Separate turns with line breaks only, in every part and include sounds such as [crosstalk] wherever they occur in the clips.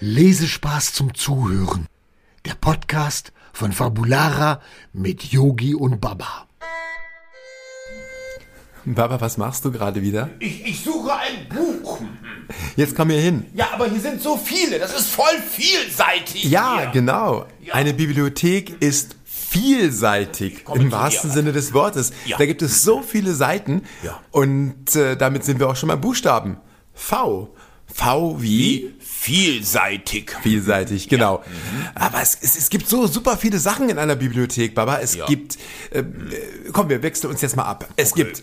Lesespaß zum Zuhören. Der Podcast von Fabulara mit Yogi und Baba.
Baba, was machst du gerade wieder?
Ich, ich suche ein Buch.
Jetzt komm hier hin.
Ja, aber hier sind so viele. Das ist voll vielseitig.
Ja,
hier.
genau. Eine Bibliothek ist vielseitig
komme
im
zu
wahrsten
dir.
Sinne des Wortes.
Ja.
Da gibt es so viele Seiten
Ja.
und äh, damit sind wir auch schon beim Buchstaben. V. V wie
Wie Mhm. vielseitig.
vielseitig, genau. Aber es, es, es gibt so super viele Sachen in einer Bibliothek, Baba. Es
Ja.
gibt, äh, äh, komm, wir wechseln uns jetzt mal ab. Es gibt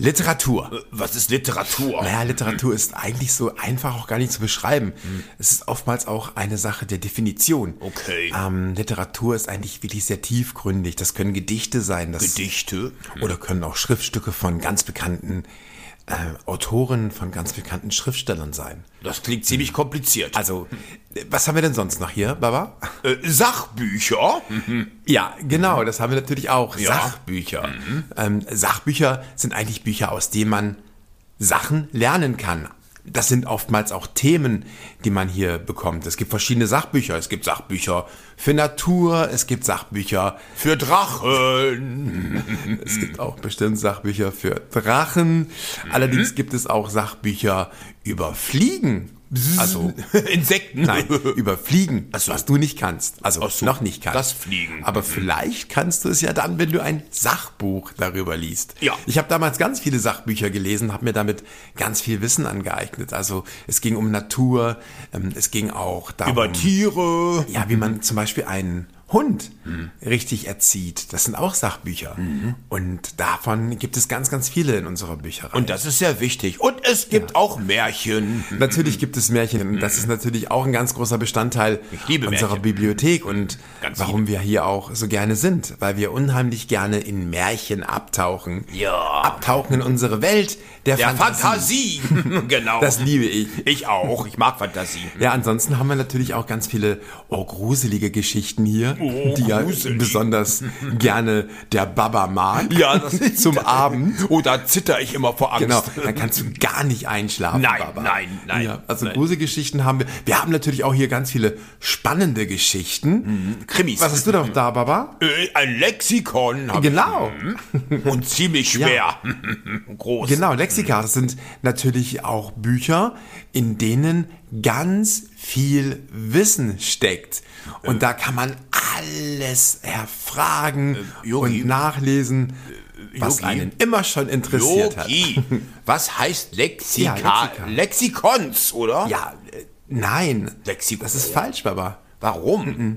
Literatur.
Was ist Literatur?
Naja, Literatur ist eigentlich so einfach auch gar nicht zu beschreiben. Es ist oftmals auch eine Sache der Definition.
Okay.
Ähm, Literatur ist eigentlich wirklich sehr tiefgründig. Das können Gedichte sein. Das
Gedichte? Hm.
Oder können auch Schriftstücke von ganz bekannten äh, Autoren, von ganz bekannten Schriftstellern sein.
Das klingt ziemlich kompliziert. [laughs]
Also, äh, was haben wir denn sonst noch hier, Baba?
äh, Sachbücher?
[laughs] Ja, genau, das haben wir natürlich auch.
Ja. Mhm.
Sachbücher. Ähm, Sachbücher sind eigentlich Bücher, aus denen man Sachen lernen kann. Das sind oftmals auch Themen, die man hier bekommt. Es gibt verschiedene Sachbücher. Es gibt Sachbücher für Natur, es gibt Sachbücher,
Für Drachen. [laughs]
es gibt auch bestimmt Sachbücher für
Mhm.
Drachen. Allerdings gibt es auch Sachbücher über Fliegen. Also [laughs]
Insekten.
Nein, über Fliegen,
so.
was du nicht kannst. Also
so,
noch nicht kannst.
das Fliegen. Mhm.
Aber vielleicht kannst du es ja dann, wenn du ein Sachbuch darüber liest.
Ja.
Ich habe damals ganz viele Sachbücher gelesen, habe mir damit ganz viel Wissen angeeignet. Also es ging um Natur, ähm, es ging auch darum.
Über Tiere.
Ja, wie man zum Beispiel einen Hund
Mhm.
richtig erzieht. Das sind auch Sachbücher. Und davon gibt es ganz, ganz viele in unserer Bücherei.
Und das ist sehr wichtig. Und es gibt auch Märchen. Mhm.
Natürlich gibt es Märchen. Das ist natürlich auch ein ganz großer Bestandteil
Ich liebe
unserer
Märchen.
Bibliothek und
Ganz
warum wir hier auch so gerne sind, weil wir unheimlich gerne in Märchen abtauchen.
Ja.
Abtauchen in unsere Welt der,
Der
Fantasie.
Fantasie.
[laughs]
genau.
Das liebe ich.
ich auch. Ich mag Fantasie.
Ja, ansonsten haben wir natürlich auch ganz viele oh, gruselige Geschichten hier, die ja
Oh, gruselig.
besonders gerne der Baba mag.
Ja, das-
[laughs] zum Abend.
Oh, da zitter ich immer vor Angst.
Genau, dann kannst du gar nicht einschlafen.
Nein,
Baba.
nein, nein,
Ja, also
nein.
Gruselgeschichten haben wir. Wir haben natürlich auch hier ganz viele spannende Geschichten.
Krimis.
Was hast du doch da, Baba?
Äh, Ein Lexikon. hab Mhm.
Genau,
ich. Und ziemlich schwer. [laughs] Groß.
genau, Lexika. Das sind natürlich auch Bücher, in denen ganz viel Wissen steckt.
Äh.
Und da kann man alles erfragen
Äh, Yogi. Äh,
und nachlesen, was
Yogi.
einen immer schon interessiert hat.
Yogi. Was heißt Lexika?
Ja, Lexika.
Lexikons, oder?
Ja, äh, nein.
Lexikon.
Das ist falsch, Baba. Mm,
Warum?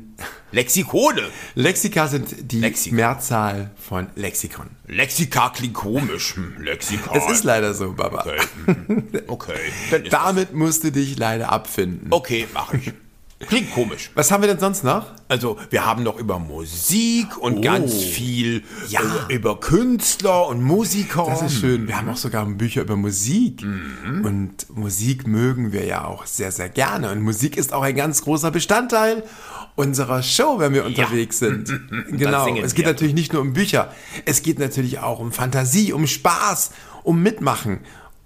Lexikone.
Lexika sind die
Lexika.
Mehrzahl von Lexikon.
Lexika klingt komisch. Hm, Lexikon.
Es ist leider so, Baba.
Okay.
[laughs]
Hm, okay. Dann ist das.
Damit musst du dich leider abfinden.
Okay, mach ich. Klingt komisch.
Was haben wir denn sonst noch?
Also, wir haben noch über Musik und
Oh.
ganz viel
Ja.
äh, über Künstler und Musiker.
Das ist schön. Wir haben auch sogar Bücher über Musik. Mhm. Und Musik mögen wir ja auch sehr, sehr gerne. Und Musik ist auch ein ganz großer Bestandteil unserer Show, wenn wir unterwegs [laughs] sind. Genau.
singen
Es geht
wir.
natürlich nicht nur um Bücher. Es geht natürlich auch um Fantasie, um Spaß, um Mitmachen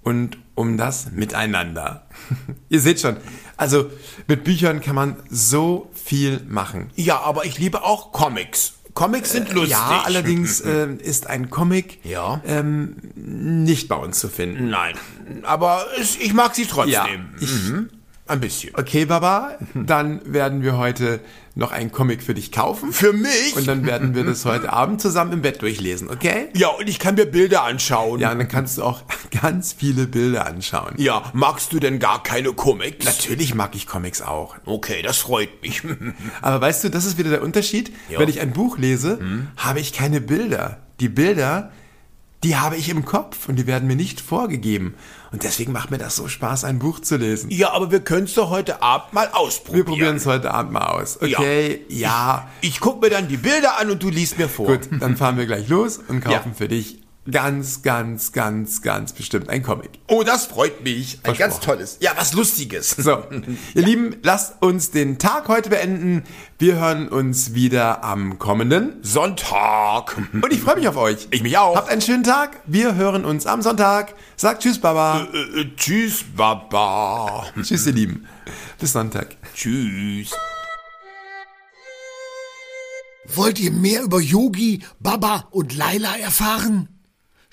und um das Miteinander. [laughs] Ihr seht schon. Also mit Büchern kann man so viel machen.
Ja, aber ich liebe auch Comics. Comics sind lustig.
Äh, Ja, [laughs] allerdings äh, ist ein Comic
Ja.
ähm, nicht bei uns zu finden.
Nein, aber es, ich mag sie trotzdem.
Ja,
mhm. Ein bisschen.
Okay, Baba,
Mhm.
dann werden wir heute noch einen Comic für dich kaufen.
Für mich?
Und dann werden wir das heute Abend zusammen im Bett durchlesen, okay?
ja, und ich kann mir Bilder anschauen.
Ja, und dann kannst du auch [laughs] ganz viele Bilder anschauen.
Ja, magst du denn gar keine Comics?
Natürlich mag ich Comics auch.
Okay, das freut mich. [laughs]
Aber weißt du, das ist wieder der Unterschied.
Ja.
Wenn ich ein Buch lese,
Mhm.
habe ich keine Bilder. Die Bilder, die habe ich im Kopf und die werden mir nicht vorgegeben. Und deswegen macht mir das so Spaß, ein Buch zu lesen.
ja, aber wir können es doch heute Abend mal ausprobieren.
Wir probieren es heute Abend mal aus. Okay, ja.
Ich guck mir dann die Bilder an und du liest mir vor.
Gut, dann fahren wir gleich los und kaufen
Ja.
für dich Ganz, ganz, ganz, ganz bestimmt ein Comic.
Oh, das freut mich. Ein ganz
Versprochen.
tolles. Ja, was Lustiges. [laughs]
So, ihr Lieben, lasst uns den Tag heute beenden. Wir hören uns wieder am kommenden.
Sonntag.
Und ich freue mich auf euch.
Ich mich auch.
Habt einen schönen Tag. Wir hören uns am Sonntag. Sagt Tschüss, Baba.
Äh, äh, tschüss, Baba.
Tschüss, ihr Lieben. Bis Sonntag.
tschüss.
Wollt ihr mehr über Yogi, Baba und Laila erfahren?